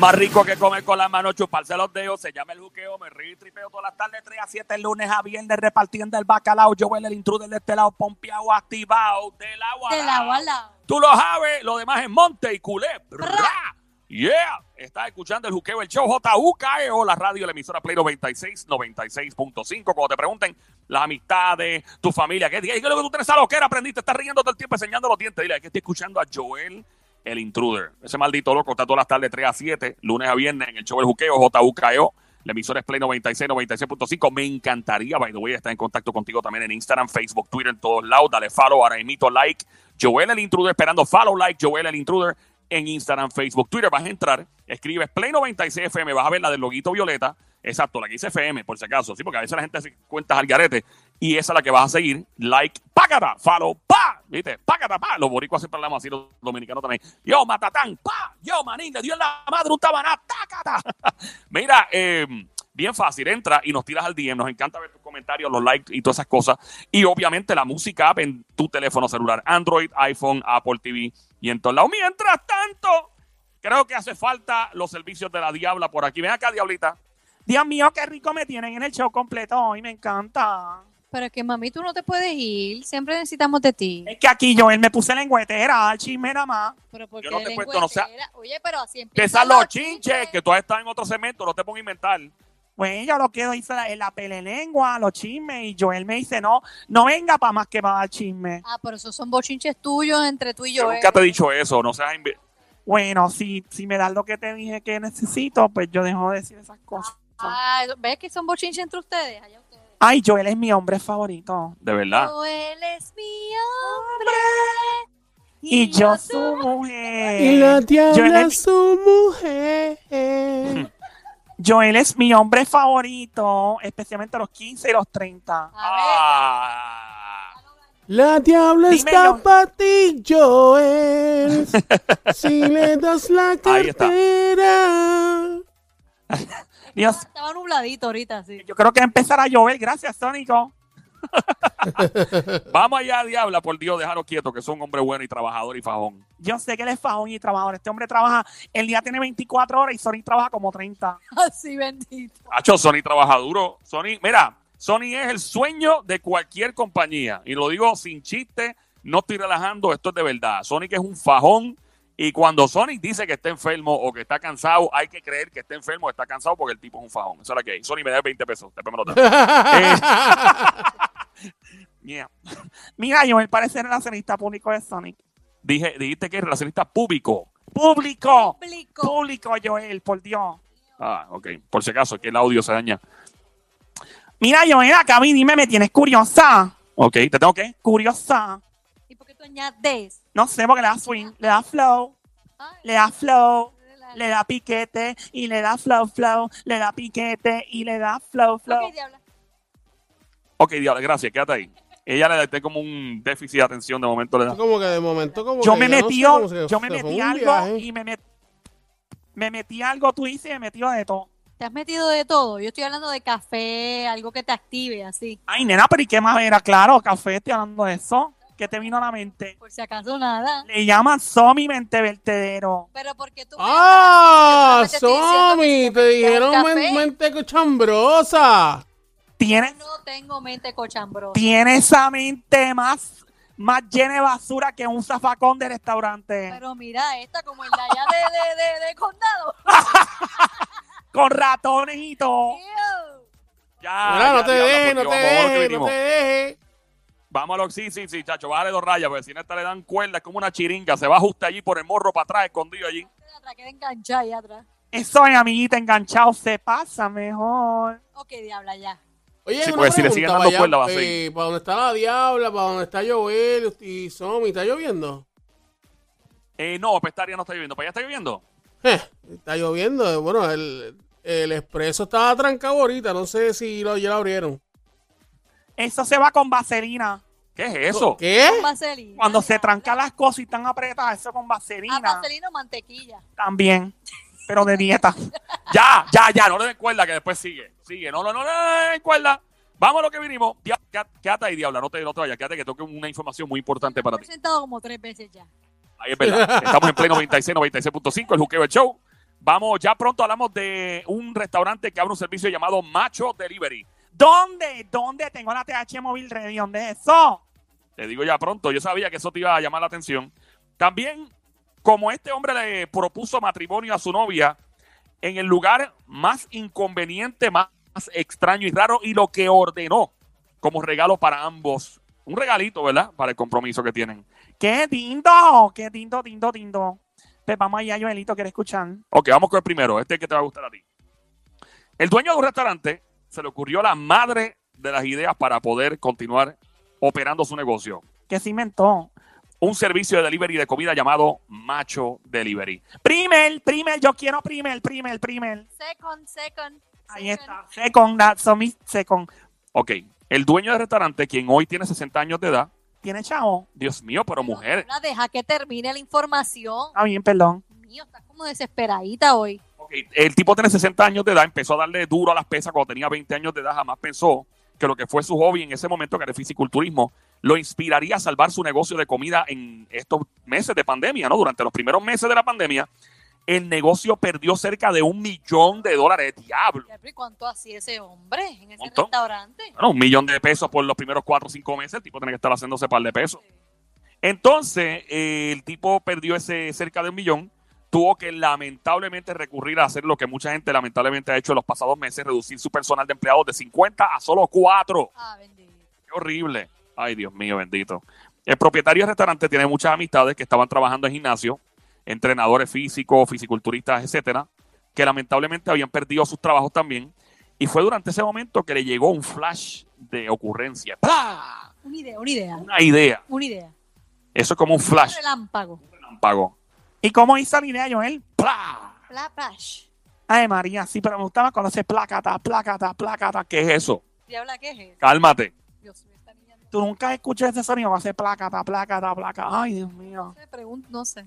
Más rico que comer con la mano, chuparse los dedos, se llama el juqueo, me río y tripeo todas las tardes, 3 a 7, el lunes a viernes, repartiendo el bacalao, yo el intruder de este lado, pompeado, activado, del agua. Del agua al lado. Tú lo sabes, lo demás es monte y culé. Ra. Yeah, estás escuchando el juqueo, el show JUKE E o la radio, la emisora Play 96, 96.5. Cuando te pregunten las amistades, tu familia, ¿qué, qué, qué es lo que tú tienes a lo que era? Aprendiste, estás riendo todo el tiempo enseñando los dientes. Dile, es que estoy escuchando a Joel, el intruder. Ese maldito loco está todas las tardes 3 a 7, lunes a viernes en el show El Juqueo, JUKEO. La emisora es Play 96, 96.5. Me encantaría, by the way, estar en contacto contigo también en Instagram, Facebook, Twitter, en todos lados. Dale follow, ahora imito like. Joel el intruder, esperando follow, like, Joel el intruder en Instagram, Facebook, Twitter. Vas a entrar, escribes Play 96 FM, vas a ver la del loguito violeta. Exacto, la que dice FM, por si acaso. Sí, porque a veces la gente hace cuentas al garete. Y esa es la que vas a seguir. Like, págata, follow, pa. ¿Viste? Págata, pa. Los boricuas siempre hablamos así, los dominicanos también. Yo, matatán, pa. Yo, manín, le dio en la madre un tabaná, tácata. Mira, eh, bien fácil. Entra y nos tiras al DM. Nos encanta ver tus comentarios, los likes y todas esas cosas. Y obviamente la música app en tu teléfono celular. Android, iPhone, Apple TV y en todos lados. Mientras tanto, creo que hace falta los servicios de la Diabla por aquí. Ven acá, Diablita. Dios mío, qué rico me tienen en el show completo hoy, me encanta. Pero es que, mami, tú no te puedes ir. Siempre necesitamos de ti. Es que aquí yo, él me puse lengüetera, al chisme nada más. Pero porque Eh, Yo no te cuento, no sea- Oye, pero así Que empiezan esas los chinches, que tú has estado en otro segmento, no te pongo a inventar. Bueno, Pues yo lo que hice la, la pelelengua, los chismes, y Joel me dice, no, no venga para más que para dar chisme. Ah, pero esos son bochinches tuyos entre tú y Yo yo. nunca te he ¿eh? dicho eso, no seas inve- Bueno, si, si me das lo que te dije que necesito, pues yo dejo de decir esas cosas. Ah, ¿ves que son bochinches entre ustedes? Allá ustedes. Ah, Ay, Joel es mi hombre favorito. De verdad. Joel es mi hombre. Y yo su mujer. Y la Joel diabla es- su mujer. Joel es mi hombre favorito, especialmente los 15 y los 30. A Ah. La diabla Dímelo. está para ti, Joel. Si le das la Ahí está. cartera. Dios, ver, estaba nubladito ahorita, sí. yo creo que empezará a llover. Gracias, Sónico. Vamos allá, Diabla, por Dios, déjalo quieto, que es un hombre bueno y trabajador y fajón. Yo sé que él es fajón y trabajador. Este hombre trabaja, el día tiene 24 horas y Sonic trabaja como 30. Así bendito. Hacho, Sony trabaja duro. Sony, mira, Sony es el sueño de cualquier compañía. Y lo digo sin chiste, no estoy relajando, esto es de verdad. Sony que es un fajón. Y cuando Sony dice que está enfermo o que está cansado, hay que creer que está enfermo o está cansado porque el tipo es un fajón. Eso es lo que hay. Sony me da 20 pesos, después me lo Eh, da. Yeah. Mira, Joel parece relacionista público de Sonic. Dije, dijiste que es relacionista público. ¡Público! Público. ¡Público, Joel, por Dios! Ah, ok. Por si acaso, que el audio se daña. Mira, Joel, acá a mí dime, me tienes curiosa. Ok, ¿te tengo que? Curiosa. ¿Y por qué tú añades? No sé, porque le da swing, le da flow, Ay, le da flow. relaja. le da piquete y le da flow flow, le da piquete y le da flow flow. Ok, diabla. Ok, diablo, gracias, quédate ahí. Ella le da como un déficit de atención de momento. Le da. Como que de momento, como yo que me ya no metí, sé, como se- yo me se fue metí un algo viaje. y me metí, me metí algo, tú dices, y me metí de todo. Te has metido de todo. Yo estoy hablando de café, algo que te active, así. Ay, nena, pero ¿y qué más era? Claro, café, estoy hablando de eso. ¿Qué te vino a la mente? Por si acaso nada. Le llaman Somi Mente Vertedero. Pero porque tú. me- Oh. ¡Ah! Yo solamente te estoy diciendo que ¡Somi! si Te te metieron dijeron café. men- mente chambrosa. Tienes, No tengo mente cochambrosa. tiene esa mente más, más llena de basura que un zafacón de restaurante. Pero mira, esta como el de allá de, de, de, de condado. con ratones y todo. Ew. Ya, Mira, Ah, ya, no te diabla, dejes, por no Dios, te vamos a lo que dejes, no vinimos. te dejes. Vamos a lo sí, sí, sí, chacho, bájale dos rayas, porque si no esta le dan cuerda, es como una chiringa, se va justo allí por el morro para atrás, escondido allí. Atrás, queda enganchada ahí atrás. Eso es, amiguita, enganchado se pasa mejor. Ok, diabla, ya. Oye, Sí, una porque si le pregunta, siguen dando para allá, cuerda, va a seguir. eh, ¿Para dónde está la diabla? ¿Para dónde está Joel y Somi? ¿Está lloviendo? Eh, no, Pestaria no está lloviendo, ¿para allá está lloviendo? Eh, está lloviendo. eh, Bueno, el, el expreso estaba trancado ahorita. No sé si lo, ya lo abrieron. Eso se va con vaselina. ¿Qué es eso? Eh. ¿Qué? Vaselina. Ah, Cuando se diabla. trancan las cosas y están apretadas, eso con Ah, vaselina vaselina o mantequilla. también. Pero de dieta. Ya, ya, ya, no le den cuerda, que después sigue, sigue, no, no, no, no le den cuerda. Vamos a lo que vinimos. Dia- quédate ahí, diabla, no te, no te vayas, quédate que toque una información muy importante para Lo he ti. presentado como tres veces ya. Ahí es verdad. Estamos en pleno 96, 96.5, el Juqueo el Show. Vamos, ya pronto hablamos de un restaurante que abre un servicio llamado Macho Delivery. ¿Dónde? ¿Dónde tengo la TH móvil ready? ¿Dónde es eso? Te digo ya pronto, yo sabía que eso te iba a llamar la atención. También, como este hombre le propuso matrimonio a su novia en el lugar más inconveniente, más extraño y raro, y lo que ordenó como regalo para ambos. Un regalito, ¿verdad? Para el compromiso que tienen. ¡Qué lindo! ¡Qué lindo, lindo, lindo! Pues vamos allá, Joelito, ¿quieres escuchar? Ok, vamos con el primero, este que te va a gustar a ti. El dueño de un restaurante se le ocurrió la madre de las ideas para poder continuar operando su negocio. Que se inventó. Un servicio de delivery de comida llamado Macho Delivery. Primer, primer, yo quiero primer, primer, primer. Second, second. Ahí second. está. Second, that, son mis second. Ok, el dueño del restaurante, quien hoy tiene 60 años de edad, ¿Tiene chavo? Dios mío, pero mujer. Lola, deja que termine la información. Ah, bien, perdón. Dios mío, estás como desesperadita hoy. Ok, El tipo tiene 60 años de edad, empezó a darle duro a las pesas cuando tenía 20 años de edad, jamás pensó que lo que fue su hobby en ese momento, que era el fisiculturismo, lo inspiraría a salvar su negocio de comida en estos meses de pandemia, ¿no? Durante los primeros meses de la pandemia, el negocio perdió cerca de un millón de dólares, diablo. Ya, pero ¿y ¿Cuánto hacía ese hombre en ese Montón. restaurante? Bueno, un millón de pesos por los primeros 4 o 5 meses, el tipo tiene que estar haciéndose par de pesos. Entonces, eh, el tipo perdió ese cerca de un millón. Tuvo que lamentablemente recurrir a hacer lo que mucha gente lamentablemente ha hecho en los pasados meses, reducir su personal de empleados de 50 a solo 4. Ah, bendito. ¡Qué horrible! Ay, Dios mío, bendito. El propietario del restaurante tiene muchas amistades que estaban trabajando en gimnasio, entrenadores físicos, fisiculturistas, etcétera, que lamentablemente habían perdido sus trabajos también. Y fue durante ese momento que le llegó un flash de ocurrencia. ¡Pla! Una idea, una idea, Una idea. una idea. Eso es como un Un flash. relámpago. Pagó. ¿Y cómo hizo la idea, Joel? ¡Pla! Pla, plash. Ay, María, sí, pero me gustaba cuando se placata, placata, placata. ¿Qué es eso? Diabla, ¿qué es eso? Cálmate. Dios mío, esta niña no Tú nunca escuchas ese sonido, va a ser placata, placata, placata. Ay, Dios mío. se pregunta, no sé.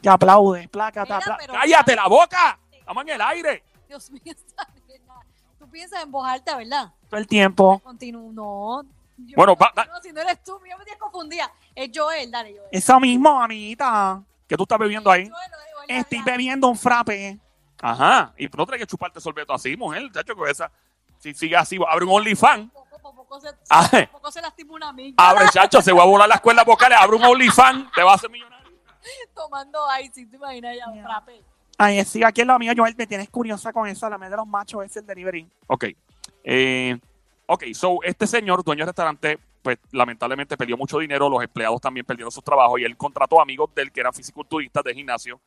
Que aplaude, placata, Mira, placata. pero- ¡Cállate la boca! Estamos en el aire. Dios mío, esta nena. Tú piensas en voz alta, ¿verdad? Todo el tiempo. Continúo, no. Yo- Bueno, va- da- no, si no eres tú, yo me tenía confundida. Es Joel, dale, Joel. Eso mismo, amiguita. ¿Qué tú estás bebiendo ahí? Joel, Joel, dale, Estoy dale. bebiendo un frappe. Ajá. Y no tienes que chuparte sorbeto así, mujer. Chacho, que esa. Si sigue así, abre un OnlyFans. Poco, poco, poco se, Ah. poco, poco se lastima una amiga Abre, chacho, se va a volar las cuerdas vocales. Abre un OnlyFans. Te vas a hacer millonario. tomando ice. ¿Te imaginas ya? Un Ya. frappe. Ay, sí, aquí es lo mío, Joel. Me tienes curiosa con eso. La media de los machos es el delivery. Ok. Eh, ok, so este señor, dueño del restaurante, pues lamentablemente perdió mucho dinero, los empleados también perdieron sus trabajos y él contrató amigos del que eran fisiculturistas de gimnasio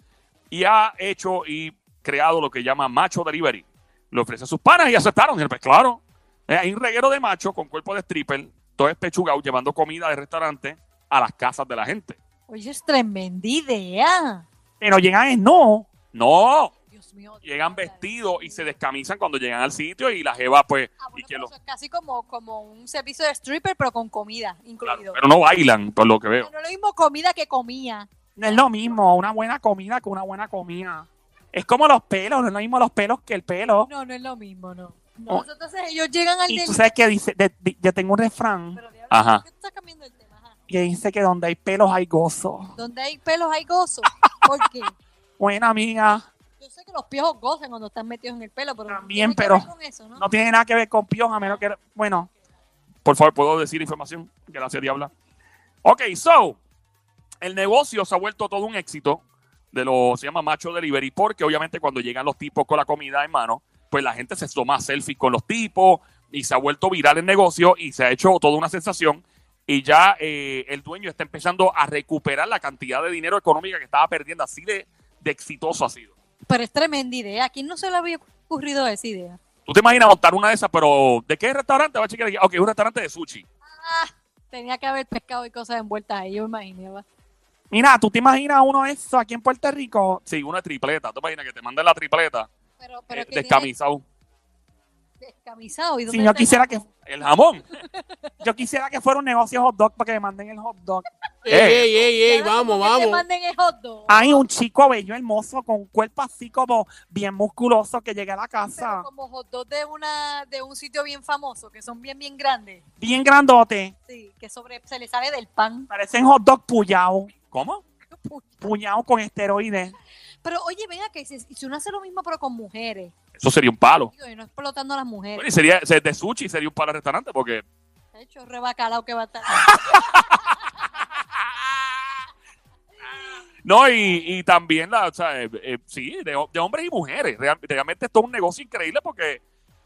y ha hecho y creado lo que llama Macho Delivery. Le ofrece a sus panas y aceptaron. Dijeron, pues claro, Eh, hay un reguero de machos con cuerpo de stripper, todo es pechugado, llevando comida de restaurante a las casas de la gente. Oye, es tremenda idea. Pero llegan en no. No, Dios mío. llegan Dios, vestidos y se Dios. descamisan cuando llegan al sitio y la jeva, pues, Ah, y bueno, que pero lo- eso es casi como, como un servicio de stripper, pero con comida claro, incluido. pero no bailan, por lo que veo. Ah, no es lo mismo comida que comía. No es lo mismo una buena comida que una buena comida. Es como los pelos, no es lo mismo los pelos que el pelo. No, no es lo mismo, no. no Oh. Entonces ellos llegan al Y tú del- sabes que dice, de- de- yo tengo un refrán Pero, diablo, Ajá. ¿por qué tú estás cambiando el tema? Ajá. que dice que donde hay pelos hay gozo. Donde hay pelos hay gozo. ¿Por qué? Buena amiga, Yo sé que los piojos gozan cuando están metidos en el pelo, pero no También, tiene que pero- ver con eso, ¿no? no tiene nada que ver con pios, a menos que, bueno, Por favor, ¿puedo decir información? Gracias, Diabla. Ok, so, el negocio se ha vuelto todo un éxito de lo se llama Macho Delivery, porque obviamente cuando llegan los tipos con la comida en mano, pues la gente se toma selfies con los tipos y se ha vuelto viral el negocio y se ha hecho toda una sensación. Y ya eh, el dueño está empezando a recuperar la cantidad de dinero económica que estaba perdiendo, así de, de exitoso ha sido. Pero es tremenda idea. ¿A quién no se le había ocurrido esa idea? ¿Tú te imaginas montar una de esas, pero ¿de qué restaurante? Va a chequear aquí. Ok, un restaurante de sushi. Ah, tenía que haber pescado y cosas envueltas ahí, yo me imaginaba. mira, tú te imaginas uno eso aquí en Puerto Rico, Sí, una tripleta. ¿Tú te imaginas que te manden la tripleta? Pero, pero eh, que tiene descamisado. descamisado. ¿Y dónde si yo está el quisiera que, jamón? El jamón. yo quisiera que fuera un negocio hot dog para que me manden el hot dog. Ey, ey, ey, Y ey, ahora vamos, como que Te vamos. manden el hot dog. Hay un chico bello, hermoso, con un cuerpo así como bien musculoso que llega a la Pero casa, como hot dog de, una, de un sitio bien famoso, que son bien, bien grandes. bien grandote, Sí, que sobre, se le sale del pan. parecen hot dog puyao. ¿Cómo? puñado con esteroides. Pero oye, ven acá, y si, y si uno hace lo mismo pero con mujeres, Eso sería un palo. digo, y no explotando a las Bueno, mujeres, y sería se- de sushi sería un palo al restaurante porque de hecho, rebacalao Ah, que va a estar. No, y, y también, la, o sea, eh, eh, sí, de, ho- de hombres y mujeres. Real- realmente esto es un negocio increíble porque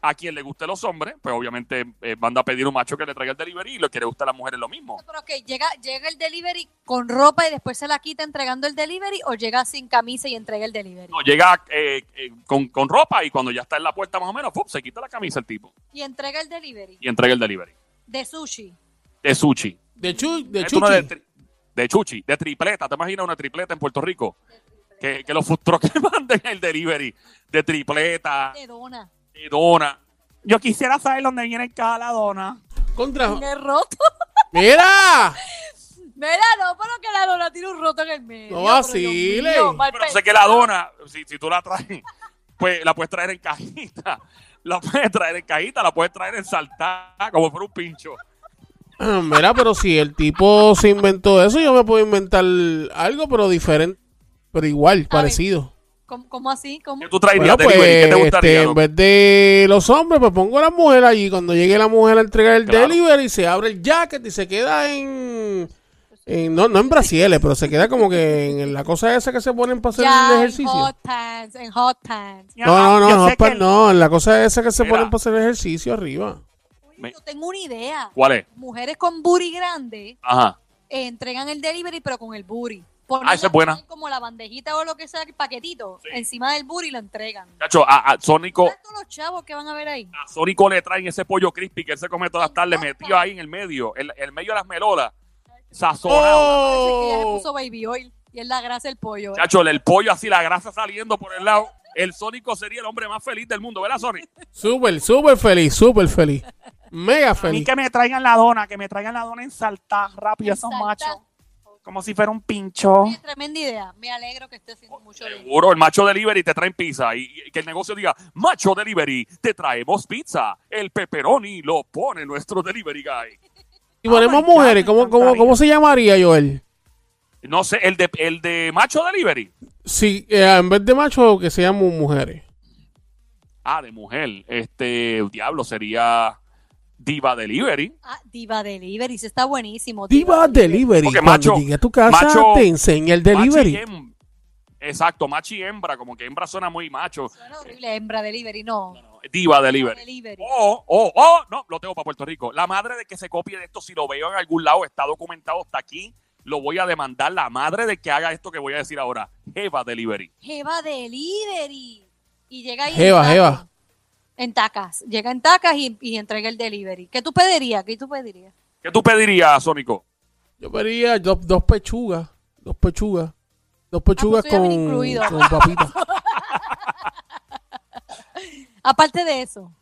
a quien le guste los hombres, pues obviamente eh, manda a pedir un macho que le traiga el delivery y lo que le gusta a las mujeres lo mismo. Pero que llega, llega el delivery con ropa y después se la quita entregando el delivery o llega sin camisa y entrega el delivery. No, llega eh, eh, con, con ropa y cuando ya está en la puerta más o menos, ¡fup! se quita la camisa el tipo Y entrega el delivery y entrega el delivery. de sushi. De sushi. De, chu, de Es uno De, chuchi. tri- de chuchi, de tripleta. ¿Te imaginas una tripleta en Puerto Rico? Que, que los food trucks manden el delivery de tripleta, De dona. de dona. Yo quisiera saber dónde viene cada la dona. Contra. Un roto. ¡Mira! Mira, no, pero que la dona tiene un roto en el medio. No pero Dios vacile. mío, mal Pero sé pensado. que la dona, si, si tú la traes, pues la puedes traer en cajita. La puedes traer en cajita, la puedes traer en saltada, como por un pincho. Mira, pero si el tipo se inventó eso, yo me puedo inventar algo, pero diferente. Pero igual, parecido. ¿Cómo, cómo así? ¿Cómo? ¿Qué tú traerías Bueno, pues, delivery? ¿Qué te gustaría? este, en loco? vez de los hombres, pues pongo a la mujer allí. Cuando llegue la mujer a entregar el Claro. delivery, se abre el jacket y se queda en. en- no, no en brasiles, pero se queda como que en, la cosa esa que se ponen para hacer Ya, el en ejercicio. hot pants, en hot pants. Ya, No, no, no, yo no, sé pa- que- no, en la cosa esa que se Mira. ponen para hacer ejercicio arriba. Oye, Me- Yo tengo una idea. ¿Cuál es? Mujeres con booty grande Ajá. eh, entregan el delivery, pero con el booty. Ah, esa es buena. Como la bandejita o lo que sea, el paquetito, Sí. encima del booty lo entregan. Chacho, a, a Sónico, ¿Sabes todos los chavos que van a ver ahí? a Sónico le traen ese pollo crispy que él se come todas las tardes, metido ahí en el medio, en el medio de las melolas, sazonado. Parece que ya se ¡Oh! puso baby oil y es la grasa del pollo. ¿eh? Chacho, el pollo así, la grasa saliendo por el lado. El Sónico sería el hombre más feliz del mundo, ¿verdad, Sonic? Súper, súper feliz, súper feliz. Mega A mí feliz. que me traigan la dona, que me traigan la dona en saltar rápido esos Saltar. machos. Como si fuera un pincho. Oye, Tremenda idea. Me alegro que esté Oh, haciendo mucho bien. Seguro, el macho delivery te traen pizza y y que el negocio diga, macho delivery, te traemos pizza. El pepperoni lo pone nuestro delivery guy. Y my ponemos God, mujeres, me ¿cómo, cómo, encantaría. ¿cómo se llamaría Joel? No sé, el de, el de macho delivery. Si eh, en vez de macho, que seamos mujeres. Ah, de mujer. Este, diablo, sería diva delivery. Ah, Diva Delivery, se está buenísimo. Diva Delivery. Porque Cuando macho- llegue a tu casa, macho- te enseña el Machi eh, delivery. y hem- Exacto, machi y hembra, como que hembra suena muy macho. Eh, Suena horrible, hembra Delivery, no. Diva delivery. Delivery. Oh, oh, oh, no, lo tengo para Puerto Rico. La madre de que se copie de esto, si lo veo en algún lado, está documentado hasta aquí, lo voy a demandar. La madre de que haga esto que voy a decir ahora, Jeva Delivery. Jeva Delivery. Y llega ahí. en Jeva, tacas. jeva. En tacas. Llega en tacas y, y entrega el delivery. ¿Qué tú pedirías? ¿Qué tú pedirías? ¿Qué tú pedirías, Sónico? Yo pediría dos, dos pechugas. Dos pechugas. Dos pechugas pues eso ya con, viene incluido. con papitas. Aparte de eso,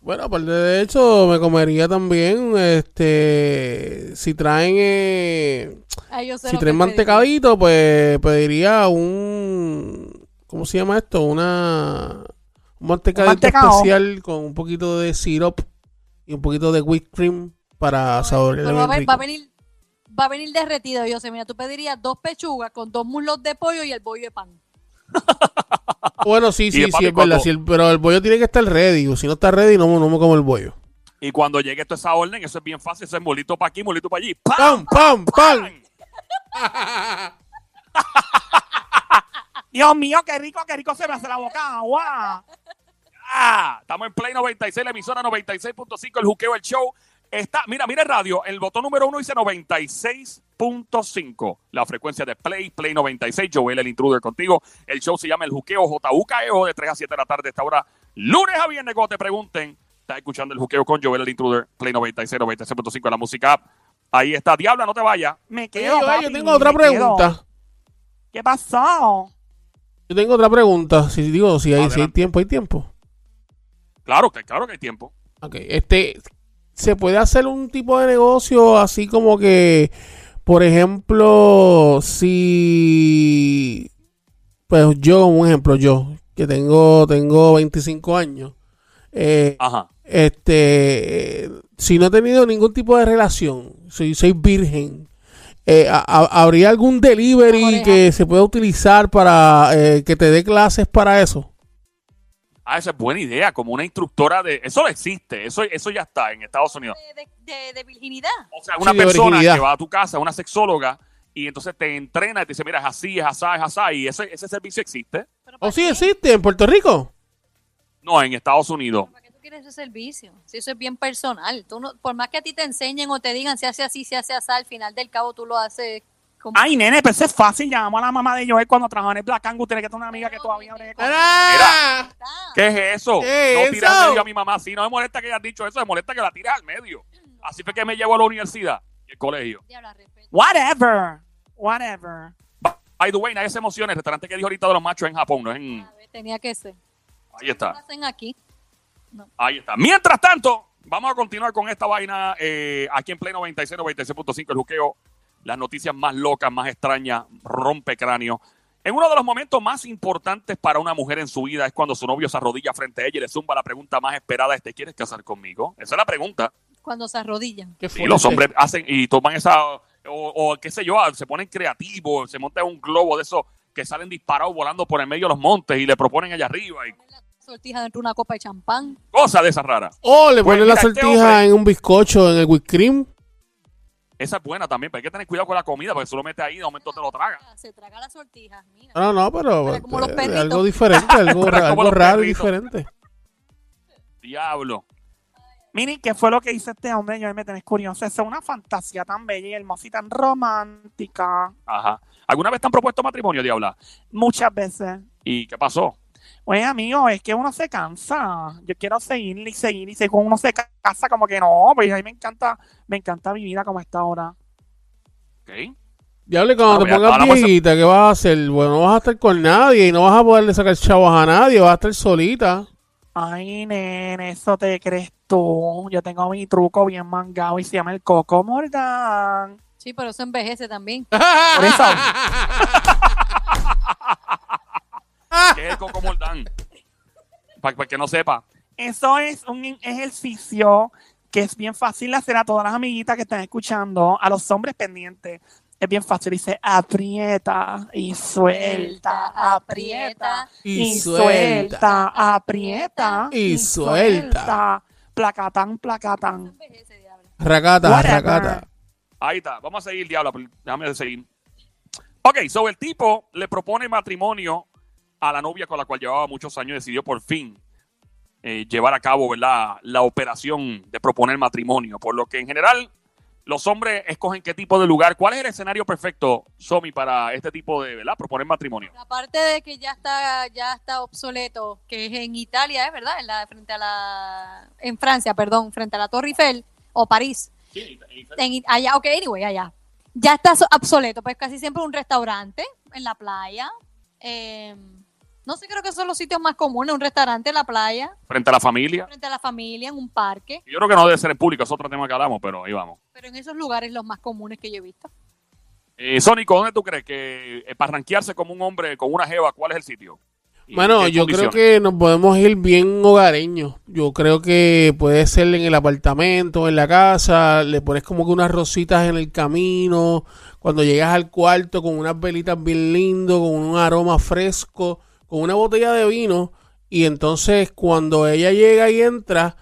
Bueno, aparte de hecho, me comería también, este, si traen, eh, ay, yo sé si lo traen que pediría. mantecadito, pues pediría un, ¿cómo se llama esto? Una, un mantecadito mantecao. especial con un poquito de syrup y un poquito de whipped cream para saborearlo Pero va, a bien ver- rico. va a venir, va a venir derretido. Yo sé, mira, tú pedirías dos pechugas con dos muslos de pollo y el bollo de pan. Bueno, sí, de sí, sí, papi es verdad, coco. sí, el- pero el bollo tiene que estar ready, o si no está ready, no, no me como el bollo. Y cuando llegue toda esa orden, eso es bien fácil, eso es molito para aquí, molito para allí. ¡Pam! ¡Pam, pam, pam! Dios mío, qué rico, qué rico se me hace la boca agua. ¡Ah! Estamos en Play 96, la emisora 96.5, el juqueo, el show. Está, mira, mira el radio, el botón número uno dice 96.5. La frecuencia de Play, Play 96, Joel el intruder contigo. El show se llama El Juqueo, JUKEO, E, de 3 a 7 de la tarde, esta hora, lunes a viernes, cuando te pregunten. Está escuchando El Juqueo con Joel el intruder, Play 96, 96.5, la música app. Ahí está, Diabla, no te vayas. Me Oye, quedo. Joel, yo papi, tengo otra me quedo. pregunta. ¿Qué pasó? Yo tengo otra pregunta, si digo, si hay, si hay Adelante. tiempo, hay tiempo. Claro que, claro que hay tiempo. Ok, este, ¿se puede hacer un tipo de negocio así como que, por ejemplo, si, pues yo, como un ejemplo, yo, que tengo, tengo 25 años, eh, Ajá. este, eh, si no he tenido ningún tipo de relación, soy, soy virgen eh, a- a- ¿habría algún Las delivery orejas. que se pueda utilizar para eh, que te dé clases para eso? Ah, esa es buena idea, como una instructora de... Eso no existe, eso, eso ya está en Estados Unidos. De, de- de- de virginidad. O sea, una Sí, de persona virginidad. que va a tu casa, una sexóloga, y entonces te entrena y te dice, mira, es así, es así, es así, y ese, ese servicio existe. Pero ¿O ¿para Oh, sí qué? existe en Puerto Rico? No, en Estados Unidos. ¿Para qué tú quieres ese servicio? Si eso es bien personal. Tú no, por más que a ti te enseñen o te digan se hace así, se hace así, al final del cabo tú lo haces como... Ay, nene, pero eso es fácil. Llamamos a la mamá de Joel cuando trabajaba en el Black Angus. Tiene que tener una amiga que todavía abre con... ¡Ah! está. ¿Qué es eso? ¿Qué es no tiras al eso? medio a mi mamá así. No me molesta que hayas dicho eso, me molesta que la tires al medio. Así fue que me llevo a la universidad y el colegio. Diabla, respeto. Whatever. Whatever. By the way, nadie se emociona. El restaurante que dijo ahorita de los machos es en Japón, no es en... A ver, Tenía que ser. Ahí ¿Qué está, hacen aquí? ahí está. Mientras tanto, vamos a continuar con esta vaina eh, aquí en Play 96, 96.5, el juqueo. Las noticias más locas, más extrañas, rompe cráneo. En uno de los momentos más importantes para una mujer en su vida es cuando su novio se arrodilla frente a ella y le zumba la pregunta más esperada, es, ¿te quieres casar conmigo? Esa es la pregunta. Cuando se arrodillan. Qué Y los fuerte. hombres hacen y toman esa, o, o qué sé yo, ah, se ponen creativos, se monta un globo de esos que salen disparados volando por el medio de los montes y le proponen allá arriba y Ponen la sortija dentro de una copa de champán. cosas de esas raras. O Oh, le Pues ponen mira, la este sortija hombre- en un bizcocho, en el whipped cream. Esa es buena también, pero hay que tener cuidado con la comida porque si lo metes ahí, de momento te lo tragas. Se traga la sortija. Mira. Ah. No, no, pero, Pero como los eh, perritos. algo diferente, algo, Pero ra- como algo los raro y perritos. diferente. Diablo. Miren, ¿qué fue lo que hizo este hombre? Joel, me tenés curioso. Es una fantasía tan bella y hermosa y tan romántica. Ajá. ¿Alguna vez te han propuesto matrimonio, Diabla? Muchas veces. ¿Y qué pasó? Oye, amigo, es que uno se cansa. Yo quiero seguir y seguir y seguir. Cuando Uno se ca- casa como que no, pues a mí me encanta, me encanta mi vida como está ahora. ¿Ok? Diablo, y cuando No, te mira, pongas ahora vamos a- viejita, ¿qué vas a hacer? Bueno, no vas a estar con nadie y no vas a poderle sacar chavos a nadie, vas a estar solita. Ay, nene, eso te crees tú. Yo tengo mi truco bien mangado y se llama el Coco Morgan. Sí, pero eso envejece también. Por eso. ¿Qué es el Coco Moldán? Para que no sepa. Eso es un en- ejercicio que es bien fácil de hacer a todas las amiguitas que están escuchando, a los hombres pendientes. Es bien fácil, dice aprieta y suelta, aprieta y suelta, aprieta Y suelta. Placatán, placatán. Envejece, diablo. Racata, Whatever. racata. Ahí está. Vamos a seguir, Diabla. pero Déjame seguir. Ok, so el tipo le propone matrimonio a la novia con la cual llevaba muchos años y decidió por fin eh, llevar a cabo ¿verdad? la operación de proponer matrimonio. Por lo que en general los hombres escogen qué tipo de lugar. ¿Cuál es el escenario perfecto, Somi, para este tipo de ¿verdad? proponer matrimonio? La parte de que ya está, ya está obsoleto, que es en Italia, ¿eh? ¿verdad? En la, frente a la, en Francia, perdón, frente a la Torre Eiffel o París. En- allá, ok, anyway, allá. Ya está so- obsoleto, pues casi siempre un restaurante en la playa. eh, no sé, creo que son los sitios más comunes, un restaurante en la playa, Frente a la familia. frente a la familia, en un parque, Yo creo que no debe ser en público, es otro tema que hablamos, pero ahí vamos. pero en esos lugares los más comunes que yo he visto. Eh, Sónico, ¿dónde tú crees que eh, para ranquearse como un hombre, con una jeva, cuál es el sitio? ¿Y Mano, qué yo creo condiciones? que nos podemos ir bien hogareños. Yo creo que puede ser en el apartamento, en la casa, le pones como que unas rositas en el camino, cuando llegas al cuarto con unas velitas bien lindo, con un aroma fresco, con una botella de vino, y entonces cuando ella llega y entra,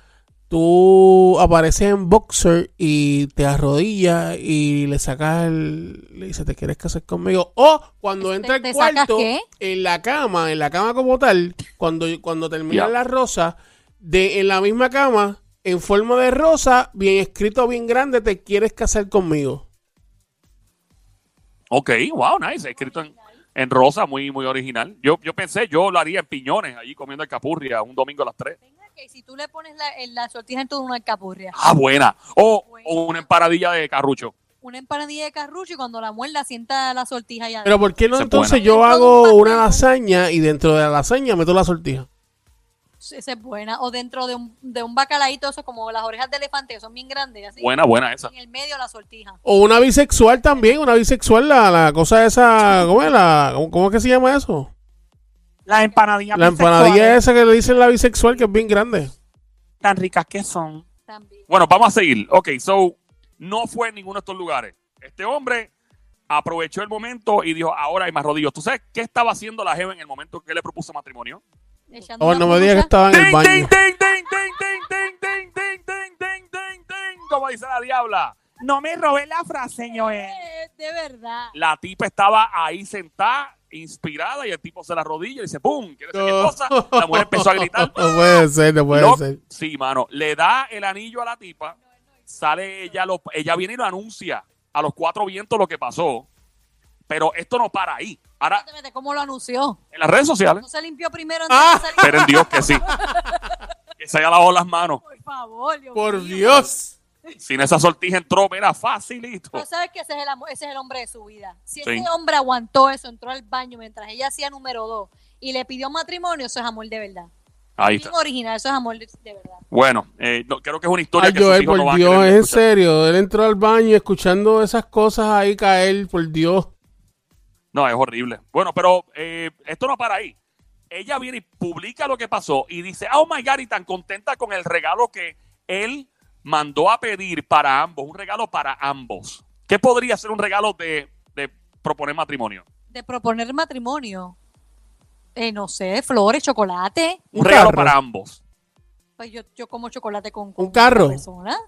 tú apareces en boxer y te arrodillas y le sacas el, le dices, ¿te quieres casar conmigo? O cuando ¿Te- entra al te sacas cuarto, qué? en la cama, en la cama como tal, cuando, cuando termina Ya. la rosa, de, en la misma cama, en forma de rosa, bien escrito, bien grande, ¿te quieres casar conmigo? Ok, wow, nice. Escrito en, en rosa, muy, muy original. Yo, yo pensé, yo lo haría en piñones, allí comiendo alcapurria un domingo a las 3. Venga, que si tú le pones la, en la sortija en toda una alcapurria, Ah, buena. O, Buena. o una emparadilla de carrucho. una empanadilla de carrucho y cuando la muerda sienta la sortija allá. Pero ¿por qué no Se entonces puede. yo Dentro de un hago pastel. una lasaña y dentro de la lasaña meto la sortija? Esa es buena. O dentro de un, de un bacalaíto, eso como las orejas de elefante, que son bien grandes, así. Buena, buena esa. En el medio la sortija. O una bisexual también, una bisexual, la, la cosa esa, ¿cómo es, la, cómo, cómo es que se llama eso? Las empanadillas La empanadilla bisexuales, esa que le dicen la bisexual, que es bien grande. tan ricas que son. También. Bueno, vamos a seguir. Ok, so, no fue en ninguno de estos lugares. Este hombre aprovechó el momento y dijo, ahora hay más rodillos. ¿Tú sabes qué estaba haciendo la Jeva en el momento que le propuso matrimonio? Echando Oh, una no me digas que puya. estaba en el ¡Ting, baño. ting, ting, ting, ting, ting, ting, ting, ting, ting, ting, ting, ting! Como dice la diabla. No me robé la frase, Joel. Eh, De verdad. La tipa estaba ahí sentada, inspirada, y el tipo se la rodilla y dice, ¡pum! ¿Quieres ser mi esposa? La mujer empezó a gritar. No puede ser, no puede Lo- ser. Sí, mano. Le da el anillo a la tipa. Sale ella, lo- ella viene y lo anuncia a los cuatro vientos lo que pasó. Pero esto no para ahí. Ahora, Espérate, espérate, ¿Cómo lo anunció? en las redes sociales. ¿No se limpió primero antes Ah. de salir? Pero en Dios que sí. Que se haya lavado las manos. Por favor, Dios Por mío. Dios. Sin esa sortija entró, mira, facilito. Pero sabes que ese es el, amo- ese es el hombre de su vida. Si Sí. ese hombre aguantó eso, entró al baño mientras ella hacía número dos y le pidió matrimonio, eso es amor de verdad. Ahí Bien está. original, eso es amor de, de verdad. Bueno, eh, no, creo que es una historia Ay, que sus Joel, hijos no por van a Dios, querer es en escuchar. serio. Él entró al baño escuchando esas cosas ahí caer, por Dios. No, es horrible. Bueno, pero eh, esto no para ahí. Ella viene y publica lo que pasó y dice, oh my God, y tan contenta con el regalo que él mandó a pedir para ambos, un regalo para ambos. ¿Qué podría ser un regalo de, de proponer matrimonio? De proponer matrimonio. Eh, no sé, flores, chocolate. Un, Un regalo carro. para ambos. Pues yo, yo como chocolate con, con ¿Un carro? otra persona.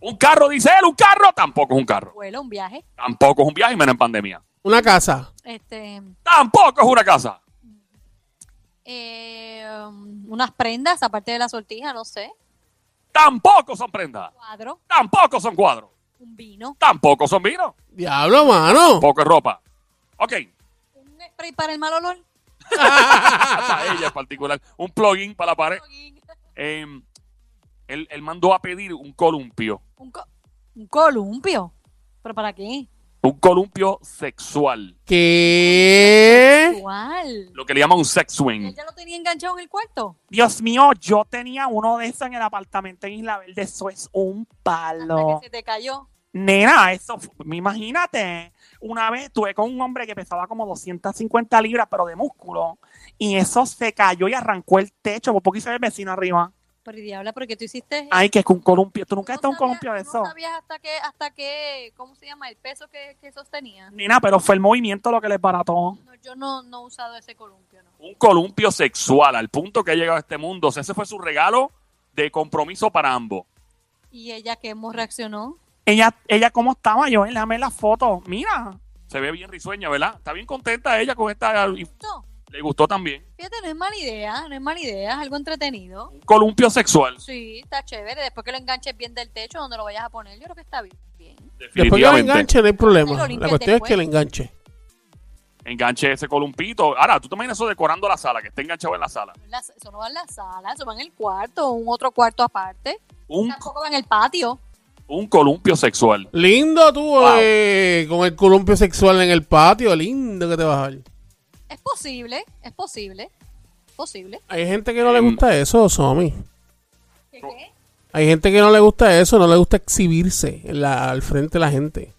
Un carro, dice él, un carro. Tampoco es un carro. Vuelo, un viaje. Tampoco es un viaje, menos en pandemia. Una casa. Este, Tampoco es una casa. eh, um, unas prendas, aparte de la sortija, no sé. Tampoco son prendas. Cuadro, Tampoco son cuadros. un vino, Tampoco son vinos. Diablo, mano. Tampoco es ropa. Ok. un spray para el mal olor. Hasta ella en particular. Un plugin para la pared. Eh, él, él mandó a pedir un columpio. Un, co- un columpio. ¿Pero para qué? Un columpio sexual. ¿Qué? Igual. Lo que le llama un sex swing. Él ya lo tenía enganchado en el cuarto. Dios mío, yo tenía uno de esos en el apartamento en Isla Verde. Eso es un Hasta palo. que se te cayó. Nena, eso, fu- imagínate. Una vez estuve con un hombre que pesaba como 250 libras, pero de músculo. Y eso se cayó y arrancó el techo, por poco hice el vecino arriba. Pero y diabla, porque tú hiciste. eso? Ay, que es un columpio. ¿Tú nunca No has estado en un sabías- columpio de no eso? sabías hasta qué, hasta qué, ¿cómo se llama? El peso que, que sostenía. Nena, pero fue el movimiento lo que les barató. No, yo no, no he usado ese columpio, ¿no? Un columpio sexual. Al punto que ha llegado a este mundo. O sea, ese fue su regalo de compromiso para ambos. ¿Y ella que hemos reaccionó? Ella, ella ¿cómo estaba? Yo, déjame la foto. Mira. Se ve bien risueña, ¿verdad? Está bien contenta ella con esta. y No, Le gustó también. fíjate, no es mala idea, no es mala idea, es algo entretenido. Un columpio sexual. Sí, está chévere. Después que lo enganches bien del techo, donde lo vayas a poner, yo creo que está bien. bien. Después que le Definitivamente. enganche, no hay Pero problema. limpia La cuestión es después. que le enganche. enganche ese columpito. Ahora, ¿tú te imaginas eso decorando la sala? Que esté enganchado en la sala. Las- eso no va en la sala, eso va en el cuarto, un otro cuarto aparte. Un, Tampoco va en el patio. un columpio sexual. Lindo tú, Wow. eh, con el columpio sexual en el patio. Lindo que te vas a ver. Es posible, es posible, es posible. Hay gente que no le Em. gusta eso, Somi. ¿Qué, No. qué? Hay gente que no le gusta eso, no le gusta exhibirse en la- al frente de la gente.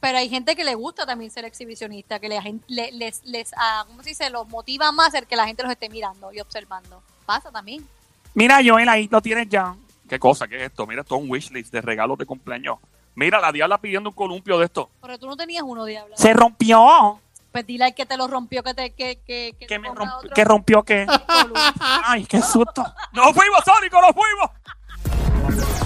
Pero hay gente que le gusta también ser exhibicionista, que le, gen- le- les, les ah, ¿cómo se dice? Los motiva más el que la gente los esté mirando y observando. Pasa también. Mira, Joel, ahí lo tienes ya. ¿Qué cosa? ¿Qué es esto? Mira, esto es un wishlist de regalos de cumpleaños. Mira, la diabla pidiendo un columpio de esto. Pero tú no tenías uno, diabla. Se rompió. Pues dile al que te lo rompió, que te que, que, que Que te me ponga rompió. otro Que rompió qué. columpio. Ay, qué susto. ¡Nos fuimos, Sónico! ¡Nos fuimos!